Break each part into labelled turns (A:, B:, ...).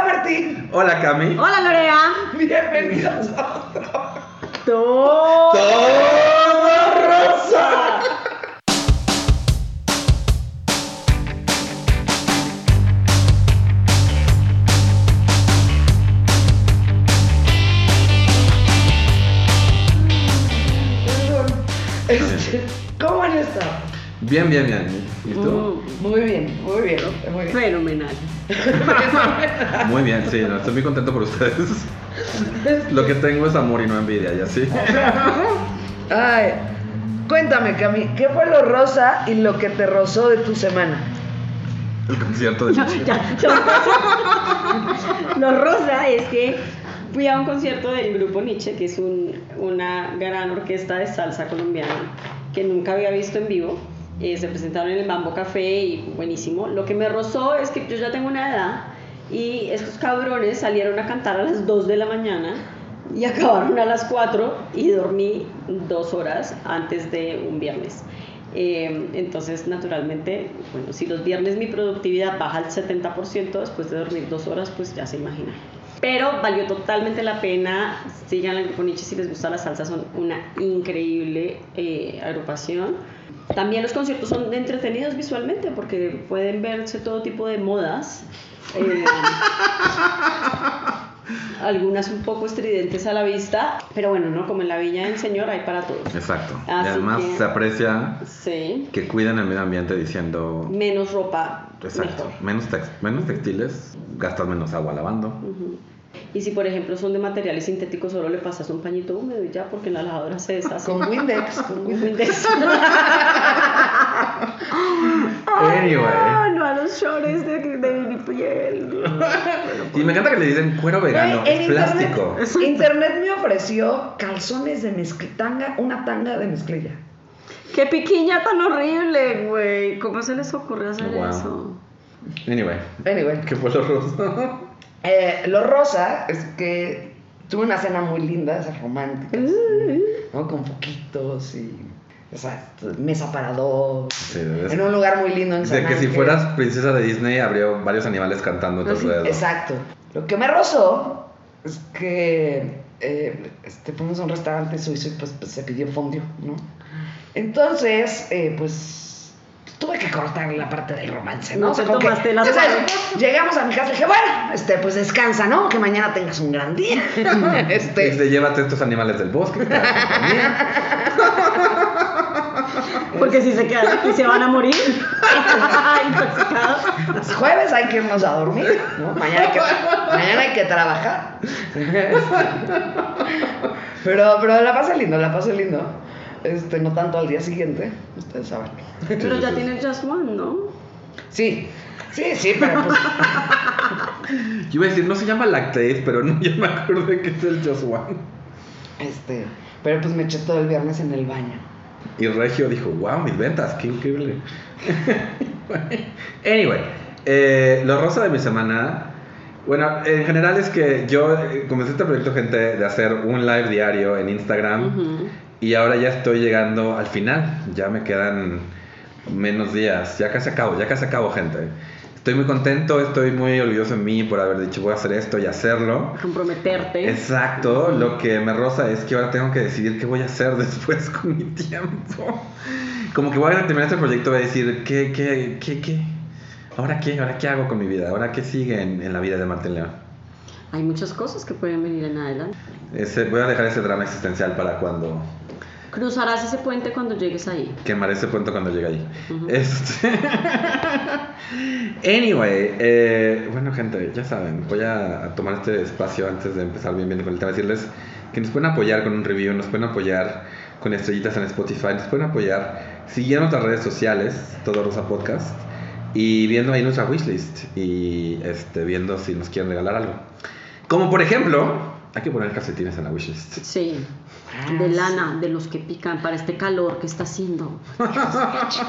A: Katy.
B: Hola, Cami.
C: Hola Lorea.
A: Bienvenidos a otro.
C: Todo.
A: ¡Oh!
B: Todo rosa.
A: Perdón. Este, ¿Cómo han estado?
B: Bien, bien, bien. ¿Y
C: Uh.
B: tú?
A: Muy bien, muy bien. Muy bien.
C: Fenomenal.
B: Muy bien, sí. no, estoy muy contento por ustedes. Lo que tengo es amor y no envidia, ya sí.
A: Ay, cuéntame, Cami, ¿qué fue lo rosa y lo que te rozó de tu semana?
B: El concierto de Michi.
C: Ya, ya. Lo rosa es que fui a un concierto del grupo Nietzsche, que es un- una gran orquesta de salsa colombiana que nunca había visto en vivo. Eh, se presentaron en el Mambo Café y buenísimo. Lo que me rozó es que yo ya tengo una edad y estos cabrones salieron a cantar a las 2 de la mañana y acabaron a las 4 y dormí dos horas antes de un viernes. Eh, entonces, naturalmente, bueno, si los viernes mi productividad baja al 70% después de dormir dos horas, pues ya se imagina. Pero valió totalmente la pena. Sigan al grupo Nietzsche si les gusta la salsa, son una increíble eh, agrupación. También los conciertos son entretenidos visualmente porque pueden verse todo tipo de modas. eh, algunas un poco estridentes a la vista, pero bueno, no como en la Villa del Señor hay para todos.
B: Exacto. Y
C: Así
B: además
C: que-
B: se aprecia
C: Sí.
B: que cuidan el medio ambiente diciendo.
C: Menos ropa.
B: Exacto.
C: Mejor.
B: Menos, tex- menos textiles, gastas menos agua lavando.
C: Ujú. Y si, por ejemplo, son de materiales sintéticos, solo le pasas un pañito húmedo y ya, porque en la lavadora se deshace.
A: Con Windex, con
C: Un
A: Windex.
C: Windex.
B: Anyway.
C: no a los shorts de, de mi piel.
B: Y me encanta que le dicen cuero vegano,
A: Güey, en
B: es plástico.
A: Internet, internet me ofreció calzones de mezclilla, una tanga de mezclilla.
C: Qué piquiña tan horrible, güey. ¿Cómo se les ocurre hacer
B: Wow.
C: eso?
B: Anyway,
A: Anyway,
B: ¿qué fue lo rosa?
A: eh, lo rosa es que tuve una cena muy linda, esas románticas, ¿no? Con poquitos y, o sea, mesa para dos,
B: Sí, es-
A: en un lugar muy lindo en San
B: De que si
A: Ángel.
B: fueras princesa de Disney, habría varios animales cantando a tu
C: Así,
B: alrededor.
A: Exacto. Lo que me rozó es que eh, este, fuimos a un restaurante suizo y pues, pues, se pidió fondio, ¿no? Entonces, eh, pues tuve que cortar la parte del romance, ¿no?
C: No te
A: como que,
C: tomaste las
A: ya sabes,
C: manos.
A: Llegamos a mi casa y dije, bueno, este, pues descansa, ¿no? Que mañana tengas un gran día. este,
B: Dice, llévate estos animales del bosque. que te hacen compañía".
C: Porque si se quedan aquí se van a morir. Ay, pues, intoxicados.
A: Los Pues jueves hay que irnos a dormir, ¿no? Mañana hay que, mañana hay que trabajar. Pero, pero la pasé lindo, la pasé lindo. Este, no tanto al día siguiente, ustedes saben.
C: Pero
B: sí,
C: ya
B: sí.
C: tienes Just One, ¿no?
A: Sí, sí, sí, pero pues,
B: Yo iba a decir, no se llama Lactate, pero no, ya me acordé que es el Just One.
A: este, pero pues me eché todo el viernes en el baño.
B: Y Regio dijo, wow, mis ventas, qué increíble. anyway, eh, lo rosa de mi semana. Bueno, en general es que yo eh, comencé este proyecto, gente, de hacer un live diario en Instagram.
C: Ujú.
B: Y ahora ya estoy llegando al final. Ya me quedan menos días. Ya casi acabo, ya casi acabo, gente. Estoy muy contento, estoy muy orgulloso en mí por haber dicho voy a hacer esto y hacerlo.
C: Comprometerte.
B: Exacto, lo que me roza es que ahora tengo que decidir qué voy a hacer después con mi tiempo. Como que voy a terminar este proyecto y voy a decir, ¿qué, qué, qué, qué? ¿Ahora qué? ¿Ahora qué hago con mi vida? ¿Ahora qué sigue en, en la vida de Martín León?
C: Hay muchas cosas que pueden venir en adelante.
B: Ese- voy a dejar ese drama existencial para cuando
C: Cruzarás ese puente cuando llegues ahí.
B: quemaré ese puente cuando llegue ahí.
C: Ujú.
B: Este. anyway, eh, bueno, gente, ya saben, voy a, a tomar este espacio antes de empezar bien, bien con el tema. Decirles que nos pueden apoyar con un review, nos pueden apoyar con estrellitas en Spotify, nos pueden apoyar siguiendo nuestras redes sociales, Todo Rosa Podcast, y viendo ahí nuestra wishlist y este, viendo si nos quieren regalar algo. Como por ejemplo, hay que poner calcetines en la wishlist.
C: Sí.
A: Ah,
C: De
A: sí.
C: lana, de los que pican para este calor que está haciendo.
B: Maldita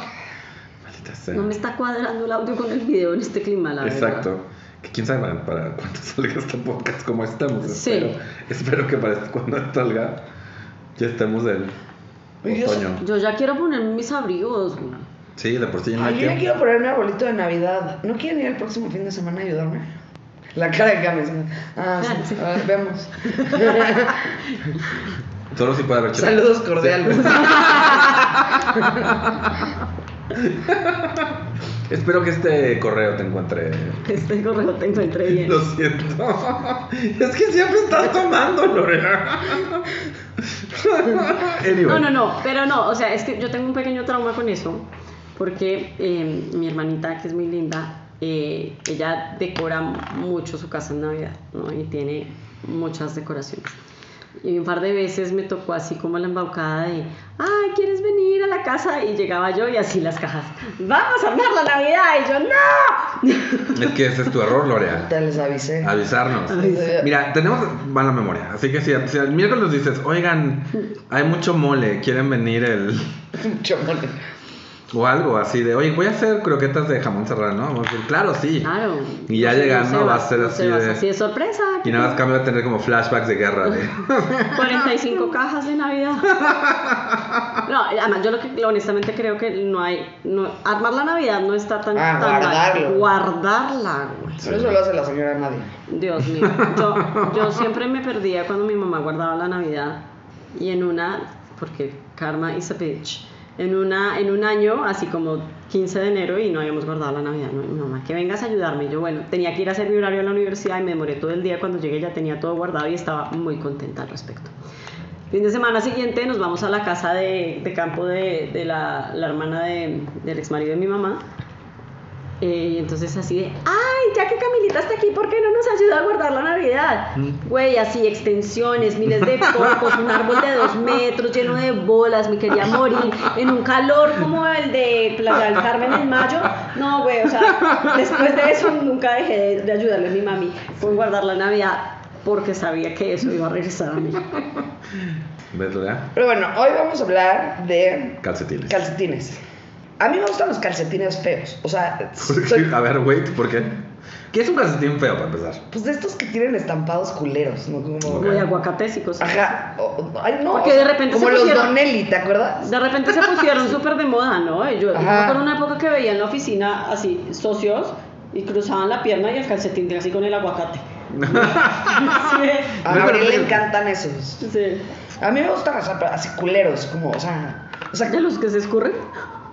B: sea.
C: No me está cuadrando el audio con el video en este clima, la verdad.
B: Exacto. Que quién sabe para, para cuándo salga este podcast, como estamos.
C: Sí.
B: Espero, espero que para este- cuando salga ya estemos en
A: Uy, yo
B: otoño.
C: Yo ya quiero ponerme mis abrigos, güey.
B: Sí, de por sí ya no
A: Ay, yo
B: hay
A: ya
B: tiempo.
A: quiero poner mi arbolito de Navidad. ¿No quieren ir el próximo fin de semana a ayudarme? La cara de Games. Ah,
C: Ah,
A: sí.
C: sí.
A: Ah, vemos.
B: Solo si puede haber chela.
A: Saludos cordiales.
B: Espero que este correo te encuentre.
C: Este correo te encontré bien.
B: Lo siento. Es que siempre estás tomando, Lorena. Anyway.
C: No, no, no, pero no, o sea, es que yo tengo un pequeño trauma con eso, porque eh, mi hermanita, que es muy linda, eh, ella decora mucho su casa en Navidad, ¿no? Y tiene muchas decoraciones. Y un par de veces me tocó así como la embaucada de, ay, ¿quieres venir a la casa? Y llegaba yo y así las cajas, vamos a armar la Navidad. Y yo, no.
B: Es que ese es tu error, Lorena.
A: Te les avisé.
B: Avisarnos.
A: Eh,
B: Mira, tenemos mala memoria, así que si, si el miércoles dices, oigan, hay mucho mole, quieren venir el...
A: Chomole.
B: o algo así de, oye, voy a hacer croquetas de jamón serrano, vamos a decir, claro, sí.
C: Claro.
B: Y ya
C: No se-
B: llegando
C: no se
B: va a ser
C: no
B: así
C: se va,
B: de-
C: así de sorpresa.
B: Y nada más cambio a tener como flashbacks de guerra. de-
C: 45 cajas de Navidad. No, además yo lo que honestamente creo que no hay no armar la Navidad no está tan
A: Ah,
C: tan mal.
A: guardarlo.
C: Guardarla. güey.
A: Pero eso lo hace la señora nadie.
C: Dios mío. Yo, yo siempre me perdía cuando mi mamá guardaba la Navidad y en una porque karma is a bitch. En, una, en un año, así como 15 de enero, y no habíamos guardado la Navidad. ¿no? Y Mi mamá, que vengas a ayudarme. Y Yo, bueno, tenía que ir a hacer mi horario a la universidad y me demoré todo el día. Cuando llegué ya tenía todo guardado y estaba muy contenta al respecto. Fin de semana siguiente nos vamos a la casa de, de campo de, de la, la hermana de- del ex marido de mi mamá. Eh, y entonces así de, ay, ya que Camilita está aquí, ¿por qué no nos ayuda a guardar la Navidad? Güey, así, extensiones, miles de cocos, un árbol de dos metros lleno de bolas, me quería morir, en un calor como el de Playa del Carmen en mayo. No, güey, o sea, después de eso nunca dejé de, de ayudarle a mi mami por guardar la Navidad, porque sabía que eso iba a regresar a mí.
B: ¿Ves, Lorena?
A: Pero bueno, hoy vamos a hablar de
B: Calcetines.
A: calcetines. A mí me gustan los calcetines feos. O sea,
B: ¿Por qué?
A: soy-
B: A ver, wait, ¿por qué? ¿Qué es un calcetín feo para empezar?
A: pues de estos que tienen estampados culeros, ¿no? Como...
B: Ok.
C: Güey, aguacates y cosas.
A: Ajá. o- o- ay, no.
C: Porque
A: o sea,
C: de repente
A: Como
C: se
A: los
C: pusieron-
A: Donelli, ¿te acuerdas?
C: De repente se pusieron súper de moda, ¿no? Yo, yo me
A: Ajá.
C: acuerdo una época que veía en la oficina así, socios, y cruzaban la pierna y el calcetín de así con el aguacate.
A: A
B: No,
A: Gabriel
B: pero-
A: le encantan esos.
C: sí, sí.
A: A mí me gustan o sea, pero así culeros, como, o sea, o sea,
C: ¿De los que se escurren?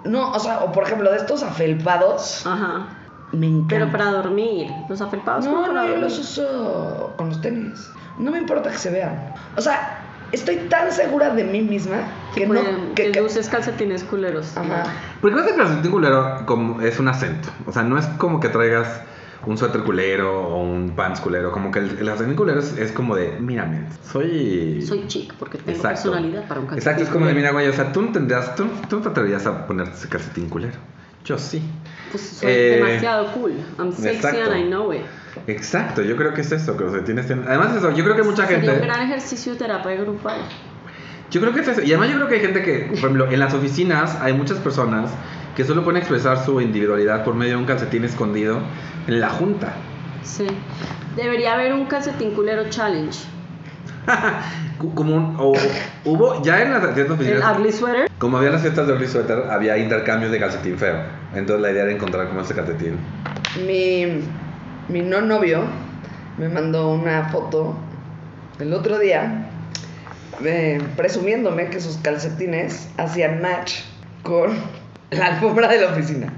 A: no, o sea, o por ejemplo, de estos afelpados,
C: Ajá.
A: me encantan.
C: Pero para dormir, los afelpados. como
A: No,
C: para
A: no, yo
C: dormir.
A: los uso con los tenis. No me importa que se vean. O sea, estoy tan segura de mí misma que no.
C: Ponen-
A: Que,
C: que
A: que-
C: uses calcetines culeros.
A: Ajá.
B: Porque creo que el calcetín culero como es un acento. O sea, no es como que traigas un suéter culero o un pants culero. Como que el, el calcetín culero es, es como de, mírame, soy...
C: Soy chic porque tengo
B: Exacto.
C: personalidad para un calcetín.
B: Exacto, es como de,
C: culero.
B: mira, güey, o sea, tú no tendrías, tú, tú no te atreverías a ponerte ese calcetín culero. Yo sí.
C: Pues soy
B: Eh,
C: demasiado cool. I'm sexy
B: exacto.
C: and I know it.
B: Exacto, yo creo que es eso, que los calcetines tienen... Además eso, yo creo que mucha gente...
C: Sería un gran ejercicio de terapia grupal.
B: Yo creo que es eso. Y además yo creo que hay gente que, por ejemplo, en las oficinas hay muchas personas que solo pueden expresar su individualidad por medio de un calcetín escondido en la junta.
C: Sí. Debería haber un calcetín culero challenge.
B: Cu- Como un, o, hubo ya en las ciertas
A: Pues
C: El
B: oficinas,
C: ugly sweater.
B: como había las fiestas de Ugly Sweater, había intercambios de calcetín feo. Entonces la idea era encontrar como ese calcetín.
A: mi, mi no novio me mandó una foto el otro día eh, presumiéndome que sus calcetines hacían match con la alfombra de la oficina.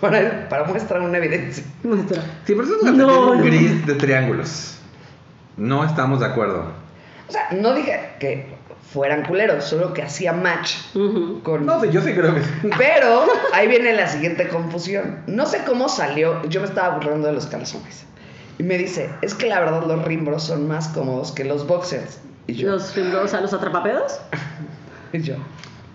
A: Para, para muestra una evidencia.
C: Muestra.
B: Sí, pero eso es un calcetín
C: No, no.
B: gris de triángulos. No estamos de acuerdo.
A: O sea, no dije que fueran culeros, solo que hacía match
C: Ujú.
A: con...
B: No sé, yo sí creo que...
A: Pero ahí viene la siguiente confusión. No sé cómo salió, yo me estaba burlando de los calzones. Y me dice, es que la verdad los rimbros son más cómodos que los boxers. Y yo,
C: Los fingers, o sea, los atrapapedos.
A: y yo.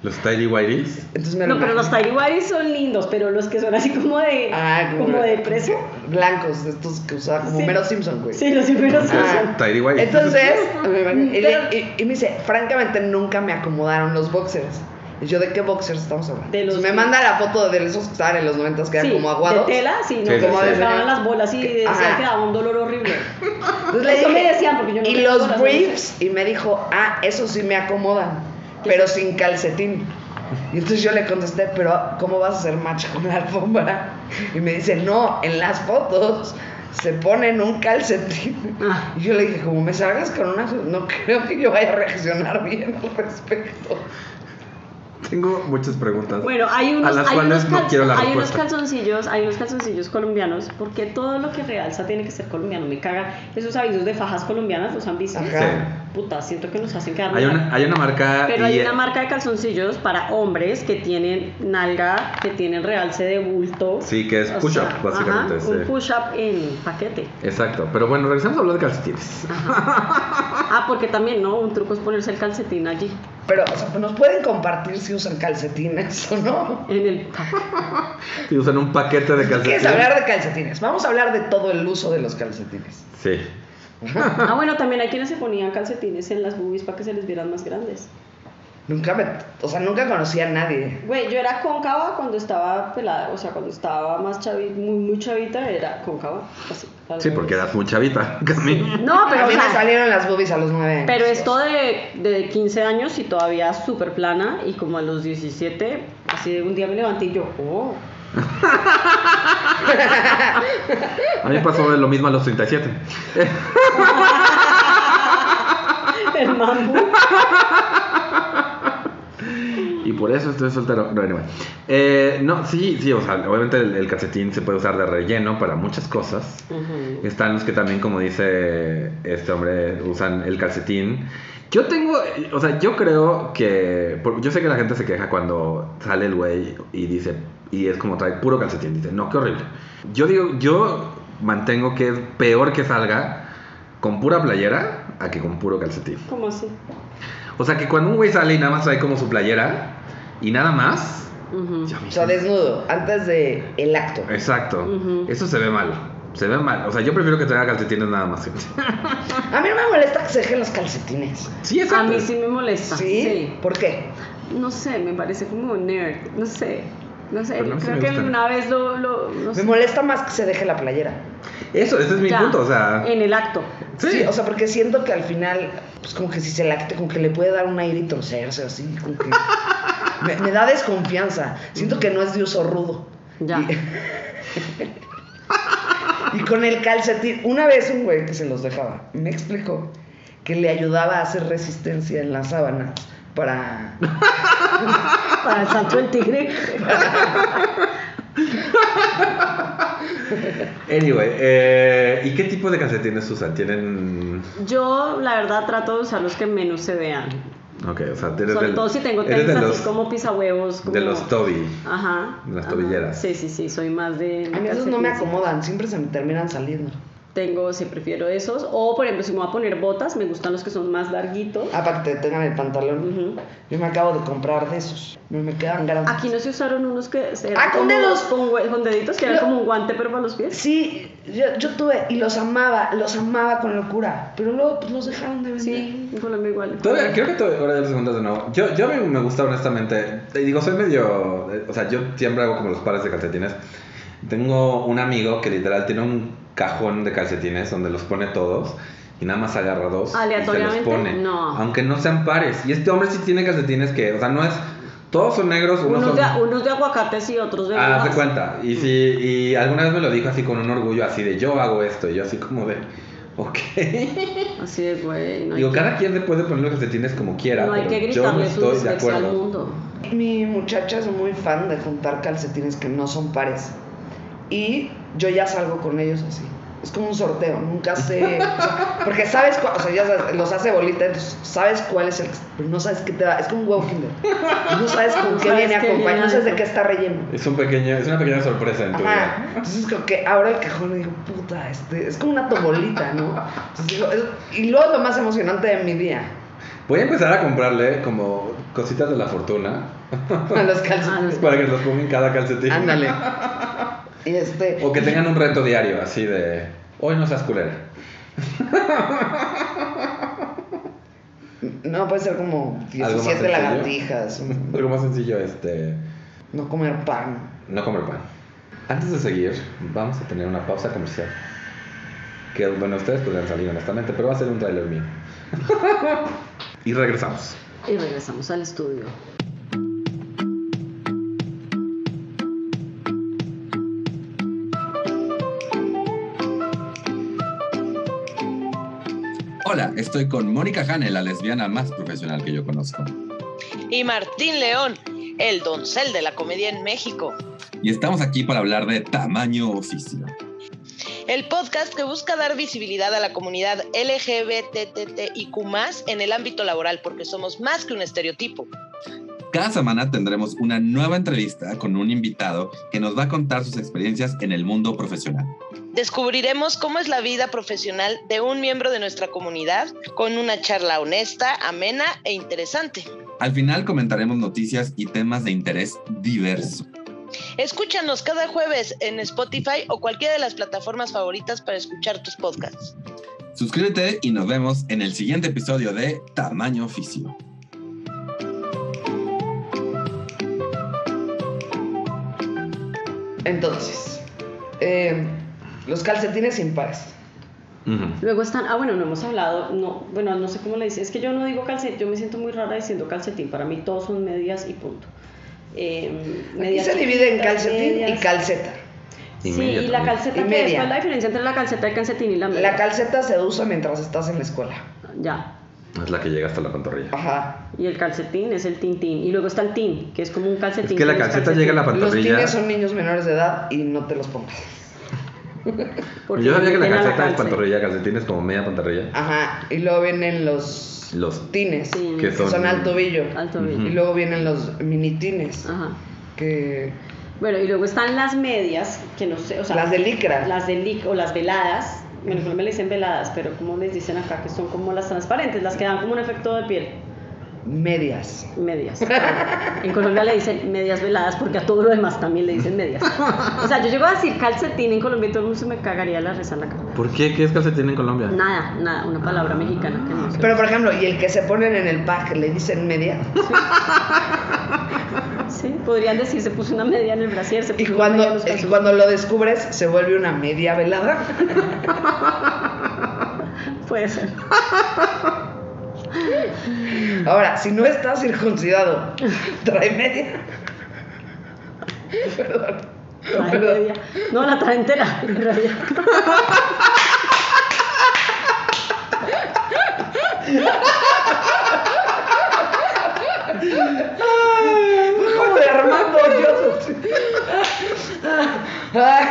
B: Los Tidy Whiteys.
A: Entonces me lo
C: No, pero los taiguaris son lindos, pero los que son así como de
A: Ah,
C: como, de preso.
A: Blancos, de estos que usaba como
C: Sí.
A: Mero Simpson, güey.
C: Sí, los primeros que
A: Ah.
C: usan.
B: Tidy Whiteys.
A: Entonces, me imagino- y,
C: Pero-
A: y- y me dice, francamente nunca me acomodaron los boxers. Y yo, ¿de qué boxers estamos hablando?
C: De los-
A: me manda la foto de esos que estaban en los 90 que eran
C: Sí,
A: como aguados.
C: de tela, sí, no,
B: Sí,
C: como
B: sí, sí.
C: dejaban las bolas y
A: Que- ajá.
C: decían que daba un dolor horrible.
A: Entonces le
C: Eso
A: dije,
C: me decían, porque yo no
A: y
C: tengo
A: los
C: corazón".
A: briefs, y me dijo, ah, eso sí me acomodan,
C: ¿Qué
A: pero
C: es?
A: sin calcetín. Y entonces yo le contesté, pero ¿cómo vas a hacer match con la alfombra? Y me dice, no, en las fotos se ponen un calcetín.
C: Ah.
A: Y yo le dije, como me salgas con una, no creo que yo vaya a reaccionar bien al respecto.
B: Tengo muchas preguntas.
C: Bueno, hay unos,
B: a las
C: hay
B: cuales
C: unos
B: no
C: cal-
B: quiero la
C: hay unos
B: respuesta.
C: calzoncillos, hay unos calzoncillos colombianos, porque todo lo que realza tiene que ser colombiano. Me caga esos avisos de fajas colombianas, los han visto.
A: Ajá.
B: Sí.
C: Puta, siento que nos hacen quedar
B: Hay
C: mal.
B: una, hay una marca.
C: Pero
B: y-
C: hay una marca de calzoncillos para hombres que tienen nalga, que tienen realce de bulto.
B: Sí, que es
C: O
B: push-up,
C: sea,
B: básicamente.
C: ajá,
B: sí.
C: Un push-up en paquete.
B: Exacto. Pero bueno, regresamos a hablar de calcetines.
C: Ah, porque también, ¿no? Un truco es ponerse el calcetín allí,
A: Pero, o sea, pues, nos pueden compartir si usan calcetines o no.
C: en el paquete.
B: Y usan un paquete de calcetines.
A: ¿Quieres hablar de calcetines? Vamos a hablar de todo el uso de los calcetines.
B: Sí.
C: Ah, bueno, también hay quienes se ponían calcetines en las boobies para que se les vieran más grandes.
A: Nunca me, o sea, nunca conocí a nadie.
C: Güey, yo era cóncava cuando estaba pelada, o sea, cuando estaba más chavita, muy, muy chavita, era cóncava. así, tal
B: Sí,
C: vez.
B: porque eras muy chavita, Cami.
C: No, pero,
A: a
C: o
A: mí me
C: sea,
A: salieron las boobies a los nueve años.
C: pero esto de, de 15 años y todavía súper plana, y como a los 17, así de un día me levanté y yo, oh,
B: A mí me pasó lo mismo a los 37.
C: el mambo.
B: Y por eso estoy soltero. No, anyway. Eh, no, sí, sí, o sea, obviamente el, el calcetín se puede usar de relleno para muchas cosas.
C: Ujú.
B: Están los que también, como dice este hombre, usan el calcetín. Yo tengo, o sea, yo creo que, por- yo sé que la gente se queja cuando sale el güey y dice, y es como trae puro calcetín, dice, no, qué horrible. Yo digo, yo mantengo que es peor que salga con pura playera a que con puro calcetín.
C: ¿Cómo así?
B: O sea, que cuando un güey sale y nada más trae como su playera y nada más...
C: Ujú.
B: yo-
A: O sea, desnudo, antes de el acto.
B: Exacto.
C: Ujú.
B: Eso se ve mal. Se ve mal. O sea, yo prefiero que traiga calcetines nada más.
A: A mí no me molesta que se dejen los calcetines.
B: sí,
C: A
B: exacto.
C: mí sí me molesta.
A: ¿Sí?
C: Ah, sí.
A: ¿Por qué?
C: No sé, me parece como nerd. No sé. No sé,
B: Pero a mí sí
C: creo
B: me
C: que
B: gustan.
C: una vez lo. lo no
A: Me
C: sé.
A: molesta más que se deje la playera.
B: Eso, ese es mi
C: Ya, Eh.
B: punto. O sea,
C: En el acto.
B: sí.
A: o sea, porque siento que al final, pues como que si se lacte, como que le puede dar un aire y torcerse, así, como que. Me, me da desconfianza. Siento que no es de uso rudo.
C: Ya.
A: Y con el calcetín, una vez un güey que se los dejaba, me explicó que le ayudaba a hacer resistencia en las sábanas para.
C: Para el santo del tigre.
B: Anyway, eh, ¿y qué tipo de calcetines usan? Tienen.
C: Yo, la verdad, trato de usar los que menos se vean.
B: Ok, o sea, eres
C: Sobre
B: del-
C: todo si tengo
B: eres
C: tenis
B: de
C: así
B: los,
C: como pisahuevos. Como...
B: De los Toby.
C: Ajá.
B: de las
C: ajá.
B: tobilleras.
C: Sí, sí, sí. Soy más de.
A: A mí esos no me
C: calcetines.
A: acomodan, siempre se me terminan saliendo.
C: Tengo, sí, prefiero esos. O, por ejemplo, si me voy a poner botas, me gustan los que son más larguitos.
A: Ah, para que te tengan el pantalón.
C: Ujú.
A: Yo me acabo de comprar de esos. No me quedan grandes.
C: Aquí no se usaron unos que eran
A: Ah, con
C: como-
A: dedos.
C: con, hue- con deditos que eran
A: Lo-
C: como un guante pero para los pies.
A: Sí, yo, yo tuve y los amaba, los amaba con locura. Pero luego pues, los dejaron de vender.
C: Sí, en Colombia igual.
B: Todavía- creo que todavía- ahora ya los encuentras de nuevo. Yo, yo me, me gusta, honestamente. Te digo, soy medio. eh, O sea, yo siempre hago como los pares de calcetines. Tengo un amigo que literal tiene un cajón de calcetines donde los pone todos y nada más agarra dos y se los
C: ¿Aleatoriamente?
B: pone.
C: No.
B: Aunque no sean pares. Y este hombre sí tiene calcetines que, o sea, no es. Todos son negros, unos,
C: Unos
B: son.
C: de, unos de aguacates y otros de
B: Ah, haz de
C: uvas.
B: cuenta. Y sí, y alguna vez me lo dijo así con un orgullo, así de yo hago esto. Y yo así como de, ok.
C: Así de güey. No hay
B: Digo,
C: que,
B: cada quien le puede poner los calcetines como quiera,
C: no hay
B: pero
C: que
B: yo no
C: gritarle su
B: estoy de
C: dislexia al
B: acuerdo.
C: mundo.
A: Mi muchacha es muy fan de juntar calcetines que no son pares. Y yo ya salgo con ellos así. Es como un sorteo, nunca sé. o sea, porque sabes, cua- o sea, ya sabes, los hace bolita, entonces sabes cuál es el. Pero no sabes qué te va. Es como un huevo kinder. No sabes con
C: No
A: qué
C: sabes
A: viene
C: qué
A: acompañado, no
C: viene
A: sabes de qué
C: adentro.
A: está relleno.
B: Es, un pequeño, es una pequeña sorpresa en tu
A: Ajá.
B: vida.
A: Entonces creo que abro el cajón y digo, puta, este, es como una tobolita, ¿no? Entonces digo, es- y luego es lo más emocionante de mi día,
B: Voy a empezar a comprarle como cositas de la fortuna
A: a los calcetines.
B: para que los ponga en cada calcetín.
A: Ándale. Y este,
B: O que tengan un reto diario, así de hoy no seas culera.
A: no puede ser como
B: ¿Algo más
A: 17
B: sencillo?
A: lagartijas, un-
B: Algo más sencillo, este,
A: no comer pan.
B: no comer pan. Antes de seguir, vamos a tener una pausa comercial. Que bueno, ustedes podrían salir honestamente, pero va a ser un trailer mío. y regresamos.
C: Y regresamos al estudio.
D: Hola, estoy con Mónica Hane, la lesbiana más profesional que yo conozco.
E: Y Martín León, el doncel de la comedia en México.
D: Y estamos aquí para hablar de tamaño oficio.
E: El podcast que busca dar visibilidad a la comunidad LGBTTIQ en el ámbito laboral, porque somos más que un estereotipo.
D: Cada semana tendremos una nueva entrevista con un invitado que nos va a contar sus experiencias en el mundo profesional.
E: Descubriremos cómo es la vida profesional de un miembro de nuestra comunidad con una charla honesta, amena e interesante.
D: Al final comentaremos noticias y temas de interés diverso.
E: Escúchanos cada jueves en Spotify o cualquiera de las plataformas favoritas para escuchar tus podcasts.
D: Suscríbete y nos vemos en el siguiente episodio de Tamaño Oficio.
A: Entonces, eh, los calcetines impares.
B: Ujú.
C: Luego están, ah, bueno, no hemos hablado, no, bueno, no sé cómo le dice, es que yo no digo calcetín, yo me siento muy rara diciendo calcetín, para mí todos son medias y punto. Eh,
A: Y
C: medias
A: se divide en
C: chiquitas,
A: calcetín y
C: medias-
A: calceta.
B: Y
C: Sí,
B: media
C: y la
B: también.
A: Y
C: calceta, que
A: media.
C: es? ¿Cuál es la diferencia entre la calceta, el calcetín y la media?
A: La calceta se usa mientras estás en la escuela.
C: ya.
B: Es la que llega hasta la pantorrilla.
A: Ajá.
C: Y el calcetín es el tintín. Y luego está el tin, que es como un
B: Es
C: calcetín.
B: que la
C: con los
B: calceta llega a la
C: calcetines.
A: Los
B: pantorrilla.
A: tines son niños menores de edad y no te los pongas.
C: Porque
B: Yo sabía que la
C: meten a
B: calceta es
C: calce.
B: pantorrilla, calcetín es como media pantorrilla.
A: Ajá. Y luego vienen los,
B: Los-
A: tines,
C: Sí.
A: que
B: que
A: son,
B: son-
A: al tobillo.
C: Al tobillo.
A: Y luego vienen los mini tines,
C: Ajá.
A: que
C: Bueno, y luego están las medias, que no sé, o sea,
A: las de licra.
C: las de lic o las veladas. Bueno, en Colombia le dicen veladas, pero como les dicen acá, que son como las transparentes, las que dan como un efecto de piel.
A: medias.
C: Medias. En Colombia le dicen medias veladas porque a todo lo demás también le dicen medias. O sea, yo llego a decir calcetín en Colombia y todo el mundo se me cagaría la risa en la cara.
B: ¿Por qué? ¿Qué es calcetín en Colombia?
C: Nada, nada, una palabra mexicana que no sé.
A: Pero por ejemplo, y el que se ponen en el pack le dicen media.
C: Sí, podrían decir se puso una media en el brasier, se
A: Y
C: puso una media en
A: cuando,
C: los
A: y
C: calzones.
A: cuando lo descubres, se vuelve una media velada.
C: Puede ser.
A: Ahora, si no estás circuncidado, trae media. Perdón.
C: La media. No, la trae entera, en realidad.
A: Fue como de Armando yo. Ay,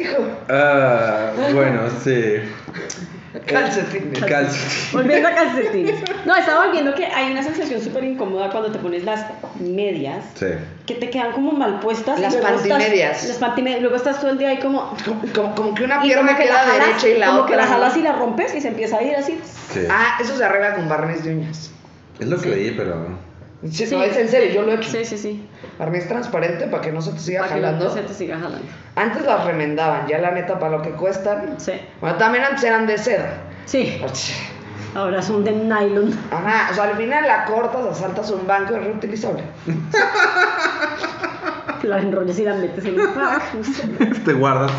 A: hijo,
B: Ah, bueno, sí.
A: Eh, calcetines.
B: Calcetín.
C: Volviendo a calcetines. No, estaba volviendo que hay una sensación súper incómoda cuando te pones las medias
B: Sí.
C: que te quedan como mal puestas. y
A: Las
C: luego estás-
A: pantimedias.
C: Las pantimedias. Luego estás todo el día ahí como.
A: Como, como- como que una
C: y
A: pierna
C: como que
A: queda
C: la jalas,
A: derecha y la
C: como
A: otra.
C: que la jalas
A: ¿no?
C: y la rompes y se empieza a ir así.
B: sí.
A: Ah, eso se arregla con barniz de uñas.
B: es lo que leí, pero.
A: Sí,
C: Sí.
A: No, es en serio, yo lo he hecho.
C: Sí, sí, sí.
A: Barniz transparente para que no se te siga
C: Para que
A: jalando.
C: no se te siga jalando.
A: Antes las remendaban, ya la neta, para lo que cuestan.
C: Sí.
A: Bueno, también antes eran de seda.
C: Sí. Ahora son de nylon.
A: Ajá, o sea, al final la cortas, asaltas un banco y es reutilizable.
C: La enrollas y la metes en el pack. no sé.
B: Te guardas,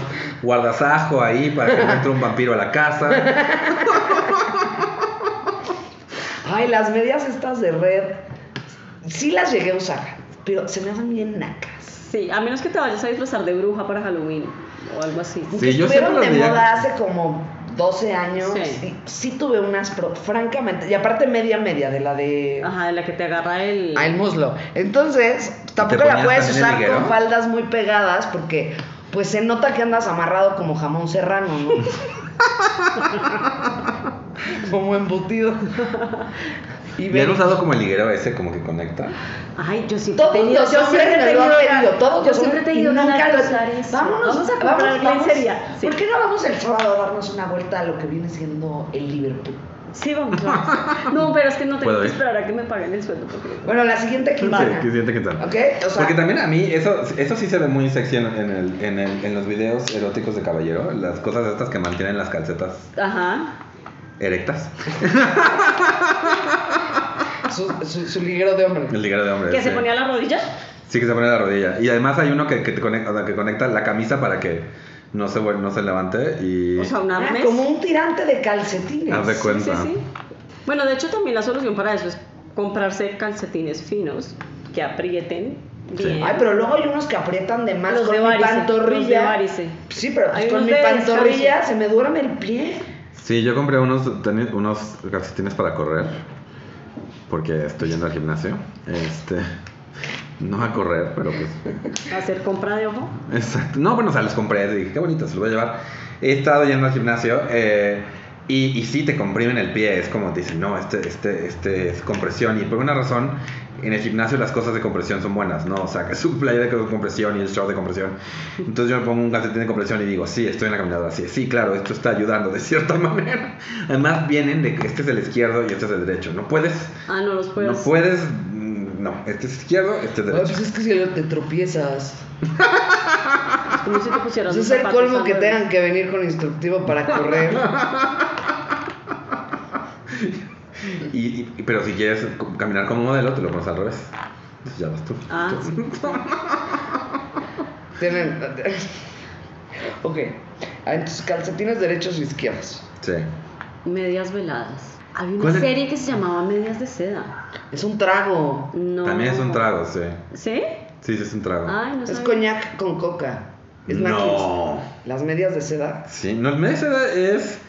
B: guardas ajo ahí para que no entre un vampiro a la casa.
A: Ay, las medias estas de red, sí las llegué a usar, pero se me hacen bien nacas.
C: Sí, a menos que te vayas a disfrazar de bruja para Halloween o algo así.
B: Sí, yo siempre
A: Estuvieron
B: las
A: de
B: veía-
A: moda hace como 12 años
C: Sí.
A: y sí tuve unas, pero francamente, y aparte media media de la de...
C: Ajá, de la que te agarra el.
A: al muslo. Entonces, tampoco
B: ponías
A: la puedes
B: también el
A: usar con
B: liguero?
A: faldas muy pegadas porque pues se nota que andas amarrado como jamón serrano, ¿no? como embutido. Y
B: Me han
A: ven-
B: usado como el liguero ese, como que conecta.
C: Ay, yo siempre
A: Todos
C: he tenido,
A: los
C: yo
A: hombres
C: siempre he
A: me lo han
C: tenido
A: pedido,
C: ganas-
A: todos
C: yo
A: los
C: siempre he
A: hombres y
C: tenido
A: nunca
C: ganas
A: lo
C: de usar eso.
A: Vámonos,
C: vamos a comprar
A: vamos-
C: lencería. Sí.
A: ¿Por qué no vamos el sábado a darnos una vuelta a lo que viene siendo el Liverpool?
C: Sí, vamos. vamos. No, pero es que no tengo
B: ¿Puedo
C: que
B: ir?
C: esperar a que me paguen el sueldo porque
A: Bueno, la siguiente quincena.
B: Sí, que siente que tal.
A: ¿Ok? O sea,
B: Porque también a mí, eso, eso sí se ve muy sexy en, en el- en el- en los videos eróticos de caballero. Las cosas estas que mantienen las calcetas
C: Ajá.
B: erectas.
A: su, su- su liguero de hombre.
B: El liguero de hombre.
C: Que se
B: sí.
C: ponía la rodilla.
B: Sí, que se pone la rodilla. Y además hay uno que, que te conecta, o sea, que conecta la camisa para que no se, vuel- no se levante y...
C: O sea, un
A: Ah,
C: arnés.
A: como un tirante de calcetines.
B: Haz de
C: Sí, sí,
B: cuenta.
C: sí. Bueno, de hecho también la solución para eso es comprarse calcetines finos que aprieten
B: Sí.
C: bien.
A: Ay, pero luego hay unos que aprietan de más
C: los
A: con
C: de
A: mi
C: varice, los de
A: pantorrilla.
C: varice.
A: Sí, pero pues
C: Hay
A: con
C: unos
A: mi
C: de
A: pantorrilla
C: descanso.
A: se me duerme el pie.
B: Sí, yo compré unos, tenis- unos calcetines para correr. Porque estoy yendo al gimnasio. Este. No a correr, pero pues.
C: Hacer compra de ojo.
B: Exacto. No, bueno, o sea, los compré. Dije, qué bonito, se los voy a llevar. He estado yendo al gimnasio. eh, y, y sí, te comprimen el pie. Es como te dicen, no, este, este, este es compresión. Y por una razón, en el gimnasio las cosas de compresión son buenas, ¿no? O sea, que es un player de compresión y el short de compresión. Entonces yo me pongo un calcetín de compresión y digo, sí, estoy en la caminadora. Sí, sí, claro, esto está ayudando de cierta manera. Además, vienen de que este es el izquierdo y este es el derecho. No puedes.
C: Ah, no los puedes.
B: No puedes. mm, No, este es izquierdo, este es
A: Ay,
B: derecho.
A: pues es que si luego te tropiezas.
C: Como si te pusieras
A: Pues
C: los
A: es el
C: zapatos
A: colmo
C: al
A: que
C: revés.
A: tengan que venir con instructivo para correr.
B: Y, y- pero si quieres co- caminar como modelo, te lo pones al revés. Entonces ya vas tú.
C: Ah,
B: Tú.
C: sí.
A: Tienen. Ok. Ah, entonces calcetines derechos o izquierdos.
B: Sí.
C: Medias veladas. Había una
B: ¿Cuál es?
C: serie que se llamaba Medias de Seda.
A: Es un trago.
C: No.
B: También es un trago, sí.
C: ¿Sí?
B: Sí, sí es un trago.
C: Ay, no
A: Es
C: sabía.
A: coñac con coca. Es Mackids.
B: no.
A: Las medias de seda.
B: Sí, no, el mes es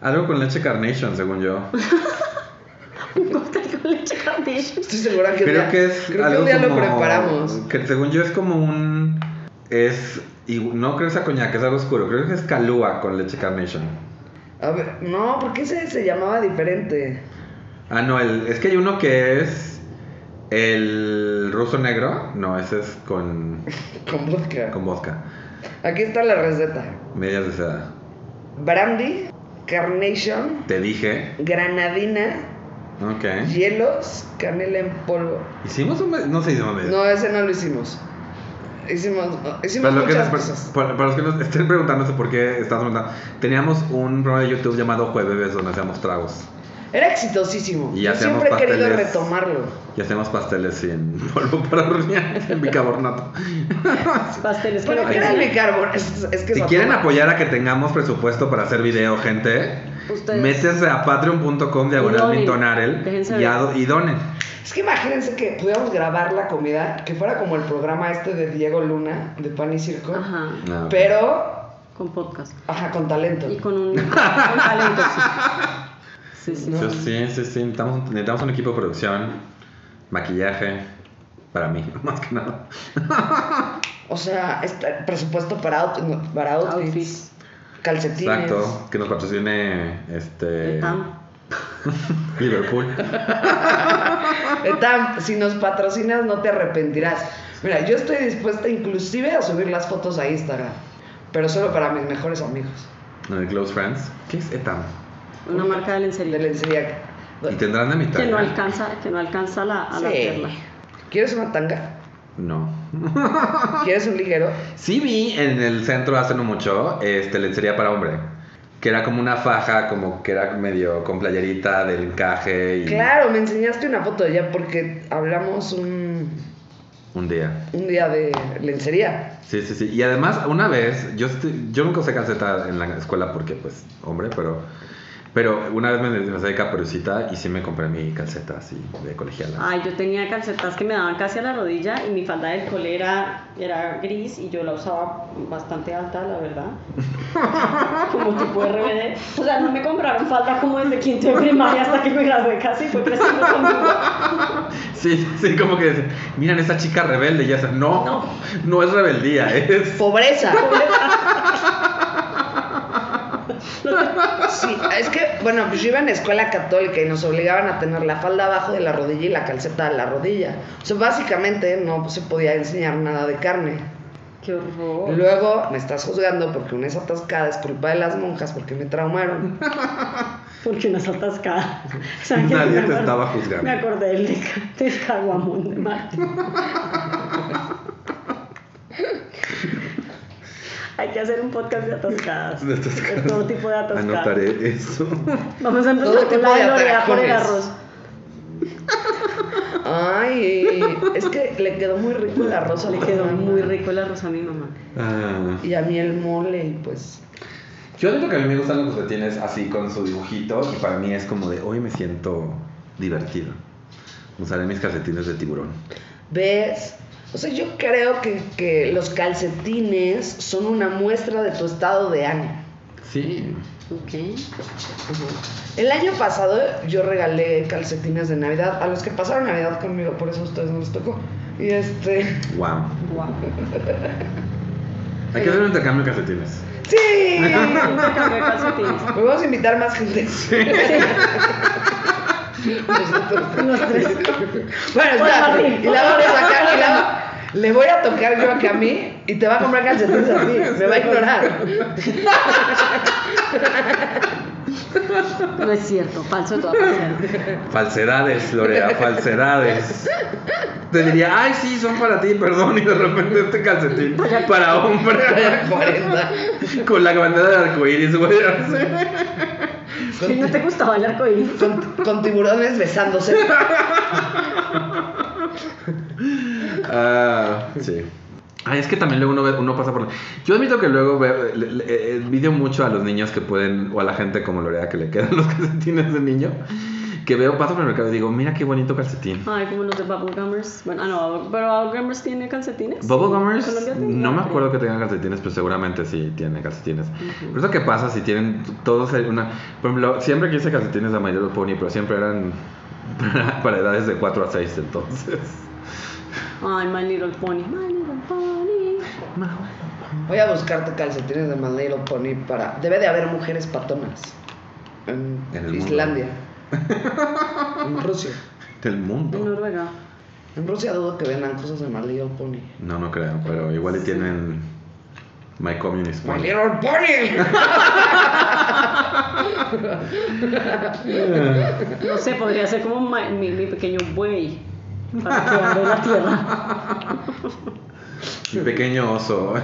B: algo con leche carnation, según yo.
C: Un cóctel con leche Carnation.
A: Estoy segura que, un
B: Creo
A: día-
B: que es
A: creo que
B: algo
A: un día
B: como-
A: lo preparamos.
B: Que según yo es como un es y no creo que sea coñac, es algo oscuro. Creo que es calúa con leche carnation.
A: A ver, no, porque ese se llamaba diferente.
B: Ah, no, el, es que hay uno que es el ruso negro. No, ese es con
A: Con vodka.
B: con vodka.
A: Aquí está la receta.
B: Medias de seda.
A: Brandy, carnation,
B: Te dije.
A: granadina,
B: Ok.
A: hielos, canela en polvo.
B: Hicimos un. me- No se hicimos medio.
A: No, ese no lo hicimos. Hicimos, hicimos
B: Para, Pues lo que
A: muchas
B: nos-
A: cosas.
B: para- para los que nos estén preguntándose por qué estamos preguntando, teníamos un programa de YouTube llamado Jueves Bebés donde hacíamos tragos
A: Era exitosísimo.
B: Y
A: Yo
B: hacíamos
A: siempre he querido
B: pasteles.
A: retomarlo.
B: y hacíamos pasteles sin polvo para hornear, en bicarbonato.
C: Pasteles que
A: Bueno,
C: no
A: ¿qué era el
C: crecen.
A: bicarbonato? Es, es que
B: Si
A: es
B: quieren
A: otro.
B: apoyar a que tengamos presupuesto para hacer video, gente,
C: Ustedes.
B: métanse a patreon.com
C: Y
B: diagonal
C: donen.
B: mintonarel
C: Déjense
B: y,
C: ver.
B: ado- y donen.
A: Es que imagínense que pudiéramos grabar la comida, que fuera como el programa este de Diego Luna, de Pan y Circo,
C: Ajá,
B: Ah, ok.
A: pero,
C: con podcast.
A: ajá, con talento.
C: Y con un con talento. Sí, sí. sí.
A: No.
B: Yo sí, sí, sí. Necesitamos, necesitamos un equipo de producción, maquillaje, para mí, más que nada.
A: O sea, está- presupuesto para, out- no, para outfits,
C: Outfits.
A: calcetines.
B: Exacto, que nos patrocine este
C: El tam.
B: Liverpool.
A: Etam, Eh, si nos patrocinas no te arrepentirás. Mira, yo estoy dispuesta inclusive a subir las fotos a Instagram, pero solo para mis mejores amigos.
B: No, de Close Friends. ¿Qué es ETAM?
C: Una marca
A: De
C: de lencería.
A: lencería.
B: Y tendrán la mitad.
C: Que no alcanza, que no alcanza la, a la
A: Sí.
C: perla.
A: ¿Quieres una tanga?
B: No.
A: ¿Quieres un ligero?
B: Sí vi en el centro hace no mucho este lencería para hombre, que era como una faja, como que era medio con playerita del encaje y
A: Claro, me enseñaste una foto ya porque hablamos un,
B: un día.
A: un día de lencería.
B: Sí, sí, sí. Y además, una vez, yo, estoy- yo nunca usé calceta en la escuela porque, pues, hombre, pero... Pero una vez me desmasé de caperucita y sí me compré mi calceta así de colegiala.
C: Ay, yo tenía calcetas que me daban casi a la rodilla y mi falda del cole era, era gris y yo la usaba bastante alta, la verdad. como tipo RBD. O sea, no me compraron falda como desde quinto de primaria hasta que me gradué casi fue creciendo conmigo.
B: Sí, sí, como que dicen, miren esa chica rebelde, ya sabes, no, no,
C: No.
B: es rebeldía, es...
A: Pobreza. Sí, es que, bueno, pues yo iba en escuela católica y nos obligaban a tener la falda abajo de la rodilla y la calceta a la rodilla. O sea, básicamente no se podía enseñar nada de carne.
C: Qué horror.
A: Luego me estás juzgando porque una es atascada, es culpa de las monjas porque me traumaron.
C: Porque unas atascadas.
B: Nadie te estaba juzgando.
C: Me acordé del, de- del caguamón de Marte. Hay que hacer un podcast de atascadas.
B: De atascadas.
C: todo tipo de atascadas.
B: Anotaré eso.
C: Vamos a empezar
A: Todo
C: con
A: tipo
C: la
A: de
C: de Lorea por el
A: atracones.
C: arroz.
A: Ay, es que le quedó muy rico el arroz a
C: Le
A: tu
C: quedó
A: mamá.
C: muy rico el arroz a mi mamá.
B: Ah.
A: Y a mí el mole, y pues.
B: Yo admito que a mí me gustan los calcetines así con su dibujito y para mí es como de, hoy me siento divertido. Usaré mis calcetines de tiburón.
A: ¿Ves? O sea, yo creo que, que los calcetines son una muestra de tu estado de ánimo.
B: Sí.
C: Ok.
A: El año pasado yo regalé calcetines de Navidad a los que pasaron Navidad conmigo, por eso a ustedes no les tocó. Y este.
B: Wow.
C: Guau.
B: Hay que hacer un intercambio de calcetines.
A: ¡Sí!
C: Vamos a cambiar calcetines.
A: Pues vamos a invitar más gente. Nosotros. Bueno, espera.
C: Hola,
A: Y la vamos a sacar. y la- Le voy a tocar yo a Cami y te va a comprar calcetines a ti. Me va a ignorar.
C: No es cierto, falso de toda manera.
B: Falsedades, Lorea, falsedades. Te diría, ay, sí, son para ti, perdón, y de repente este calcetín para hombre
A: 40.
B: con la bandera de arcoíris, güey. así.
C: Si no te gustaba el arco iris.
A: Con, con tiburones besándose.
B: Ah, sí. Ay, es que también luego uno, ve- uno pasa por... Yo admito que luego veo- le- le- eh, envidio mucho a los niños que pueden, o a la gente como Lorea que le quedan los calcetines de niño, que veo, paso por el mercado y digo, mira qué bonito calcetín.
C: Ay, como los de Bubblegummers. Bueno, ah, no, pero Bubblegummers tiene calcetines.
B: Bobo Gummers,
C: Colombia tenía,
B: no me
C: creo.
B: acuerdo que tengan calcetines, pero seguramente sí tiene calcetines. Pero eso que pasa si tienen todos una. Por ejemplo, siempre quise calcetines de My Little Pony, pero siempre eran para, para edades de 4 a 6, entonces.
C: Ay, My Little Pony. My Little Pony.
A: Voy a buscarte calcetines de My Little Pony para. Debe de haber mujeres patonas. En,
B: En el mundo.
A: Islandia. en Rusia.
B: Del
C: En
B: mundo.
C: Noruega.
A: En Rusia dudo que vendan cosas de My Little Pony.
B: No, no creo, pero igual y tienen My Communist
A: My
B: Pony.
A: Little Pony.
C: No sé, podría ser como my- mi, mi pequeño buey. Para que ande en la tierra.
B: Mi pequeño oso.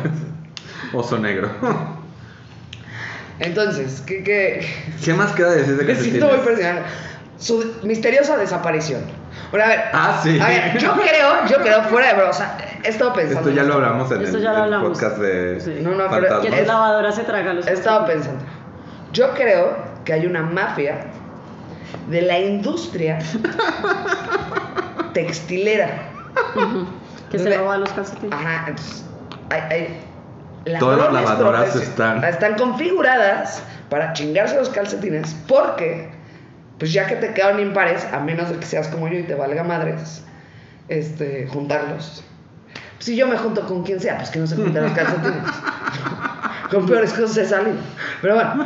B: Oso negro.
A: Entonces, ¿qué, qué?
B: ¿Qué más queda decir de
A: Me siento muy
B: calcetines?
A: personal. Su misteriosa desaparición. Bueno, a ver.
B: Ah, sí.
A: A ver, yo creo, yo creo, fuera de brosa. He estado pensando.
B: Esto ya
A: en
B: lo hablamos en
C: Esto
B: el,
C: ya lo
B: el
C: hablamos.
B: podcast de
C: Sí.
A: No, no, pero-
B: fantasmas.
C: Que
A: Es-
C: tu lavadora se traga los
A: He estado
C: calcetines.
A: pensando. Yo creo que hay una mafia de la industria textilera.
C: Que se roba los calcetines.
A: Ajá, entonces, hay, hay
B: Todas las
A: ladrones
B: lavadoras
A: profes-
B: están-
A: están configuradas para chingarse los calcetines porque, pues ya que te quedan impares, a menos de que seas como yo y te valga madres, este, juntarlos. Si yo me junto con quien sea, pues que no se junten los calcetines. con peores cosas he salido. Pero bueno.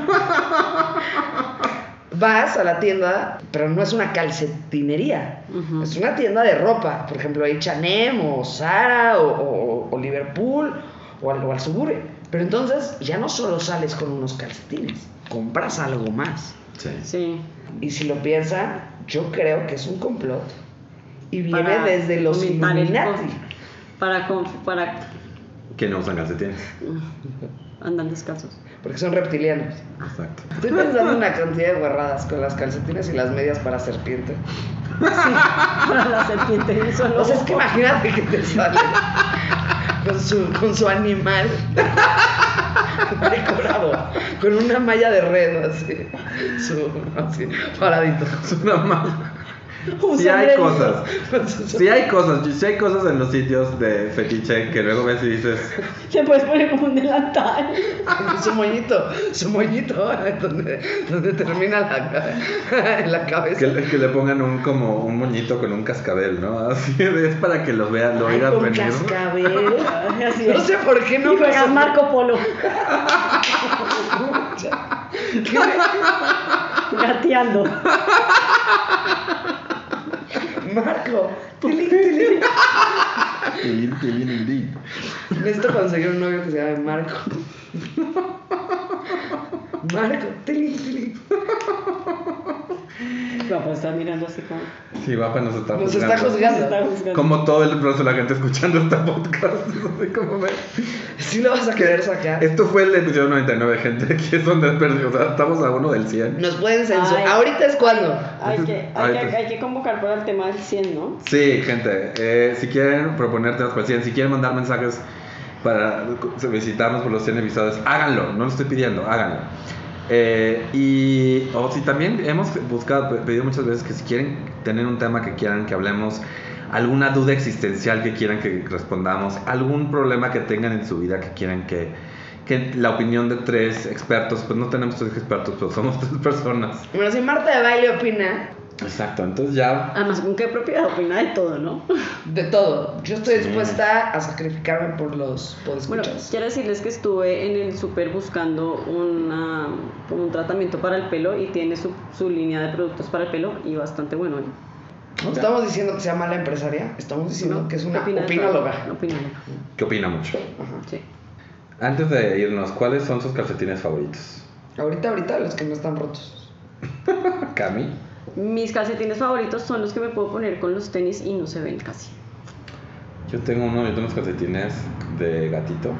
A: Vas a la tienda, pero no es una calcetinería.
C: Ujú.
A: Es una tienda de ropa. Por ejemplo, HM o Zara o, o- o Liverpool o al, o al Suburbia. Pero entonces ya no solo sales con unos calcetines, compras algo más.
B: Sí.
C: Sí.
A: Y si lo piensan, yo creo que es un complot. Y viene
C: Para
A: desde los
C: fomentar el
A: Illuminati.
C: costo. Para, con- para
B: Que no usan calcetines.
C: andan descalzos.
A: Porque son reptilianos.
B: Exacto.
A: Estoy pensando en una cantidad de guarradas con las calcetines y las medias para serpiente.
C: Para la serpiente y su
A: O sea, es
C: lobo.
A: que imagínate que te sale con su, con su animal decorado, con una malla de red así, su, así paradito.
B: Es una ma-
A: Un
B: Sí hay
A: sombrerito.
B: cosas.
A: Con su-
B: Sí hay cosas, sí hay cosas en los sitios de fetiche que luego ves y dices,
C: Te puedes poner como un delantal.
A: con su moñito, su moñito, donde, donde termina la, la cabeza.
B: que, le- que le pongan un como un moñito con un cascabel, ¿no? Así de- es para que los vean, lo
A: Ay,
B: oigan
A: con
B: venir.
A: cascabel.
C: Así
A: No
C: es.
A: sé por qué no
C: y juegas
A: pasó.
C: Marco Polo.
A: ¿Qué?
C: Gateando.
A: Marco, tilín, tilín.
B: Tilín, tilín, tilín.
A: Necesito conseguir un novio que se llame Marco. Marco, tilín, tilín.
C: Papá pues está mirando así como.
B: Sí, guapa nos está
A: Nos está
B: juzgando.
C: Se está
A: juzgando.
C: juzgando.
B: Como todo el resto de la gente escuchando este podcast. Así como ve.
A: Si lo vas a querer sacar.
B: Esto fue el episodio 99, gente. Aquí es donde perdimos. O sea, estamos a uno del 100.
A: Nos pueden censurar.
C: Ay.
A: Ahorita es cuando.
C: Hay que, hay,
B: Ahorita.
C: que, hay que convocar para el tema del 100, ¿no?
B: Sí, gente, eh, si quieren proponer temas para el 100, si quieren mandar mensajes para visitarnos por los 100 episodios, háganlo, no lo estoy pidiendo, háganlo. Eh, y o si también hemos buscado, pe- pedido muchas veces que si quieren tener un tema que quieran que hablemos, alguna duda existencial que quieran que respondamos, algún problema que tengan en su vida que quieran que, que la opinión de tres expertos, pues no tenemos tres expertos, pero somos tres personas.
A: Bueno, si Marta de baile opina
B: Exacto, entonces ya
C: Además, con qué propiedad opina de todo, ¿no?
A: de todo, yo estoy
B: Sí.
A: dispuesta a sacrificarme por los
C: Bueno,
A: podescuchas.
C: quiero decirles que estuve en el super buscando una, como un tratamiento para el pelo y tiene su, su línea de productos para el pelo y bastante bueno. ¿eh?
A: no estamos diciendo que sea mala empresaria, estamos diciendo
C: ¿No?
A: que es una
C: Opina de todo.
A: opinóloga.
C: Opinóloga,
B: que opina mucho.
C: sí.
B: Antes de irnos, ¿cuáles son sus calcetines favoritos?
A: Ahorita, ahorita, los que no están rotos.
B: Cami.
C: Mis calcetines favoritos son los que me puedo poner con los tenis y no se ven casi.
B: Yo tengo uno, yo tengo unos calcetines de gatito.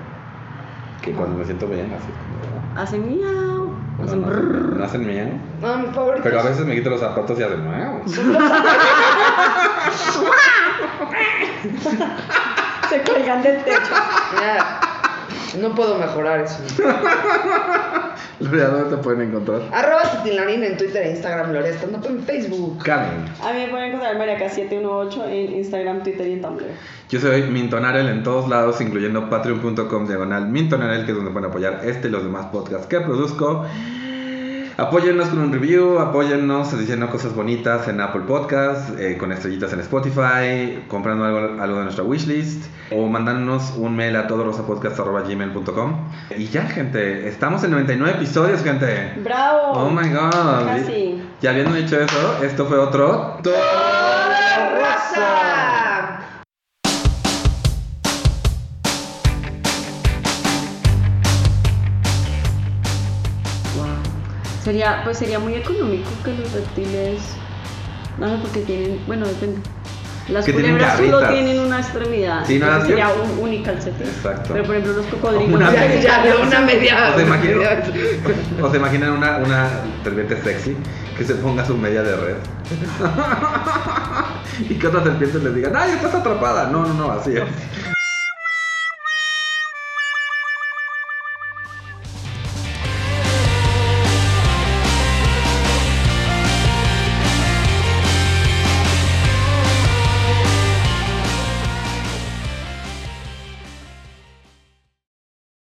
B: Que cuando me siento bien, así como.
C: Hacen miau, hacen
B: No, no,
C: brrr.
B: no hacen miedo.
A: No, mis favoritos.
B: Pero a veces me quito los zapatos y hacen miau.
C: se cuelgan del techo.
A: Ya, no puedo mejorar eso.
B: Lorea, ¿dónde te pueden encontrar?
A: Arroba Titilarina en Twitter e Instagram, Lorea Stand Up en Facebook.
B: Cami.
C: A mí me pueden encontrar Mariaca718 en Instagram, Twitter y en Tumblr.
B: Yo soy Mintonarel en todos lados, incluyendo patreon.com diagonal Mintonarel, que es donde pueden apoyar este y los demás podcasts que produzco. Apóyennos con un review, apóyennos diciendo cosas bonitas en Apple Podcasts, eh, con estrellitas en Spotify, comprando algo, algo de nuestra wishlist o mandándonos un mail a todorosapodcast.gmail.com. Y ya, gente, estamos en 99 episodios, gente.
C: ¡Bravo!
B: Oh my god.
C: Casi.
B: Y habiendo dicho eso, esto fue otro.
A: ¡Toda raza!
C: Sería, pues sería muy económico que los reptiles. No sé, porque tienen. Bueno, depende. Las
B: Que tienen
C: culebras solo
B: garritas.
C: tienen una extremidad.
B: Sí, no,
C: entonces
B: las-
C: sería un, única el set.
B: Exacto.
C: Pero por ejemplo, los cocodrilos.
B: Una
A: O sea,
B: media.
A: ya, de una media.
B: ¿O te imaginas? ¿O se imaginan una, una serpiente sexy que se ponga su media de red? y que otra serpiente les diga, ¡ay, estás atrapada! No, no, no, así es.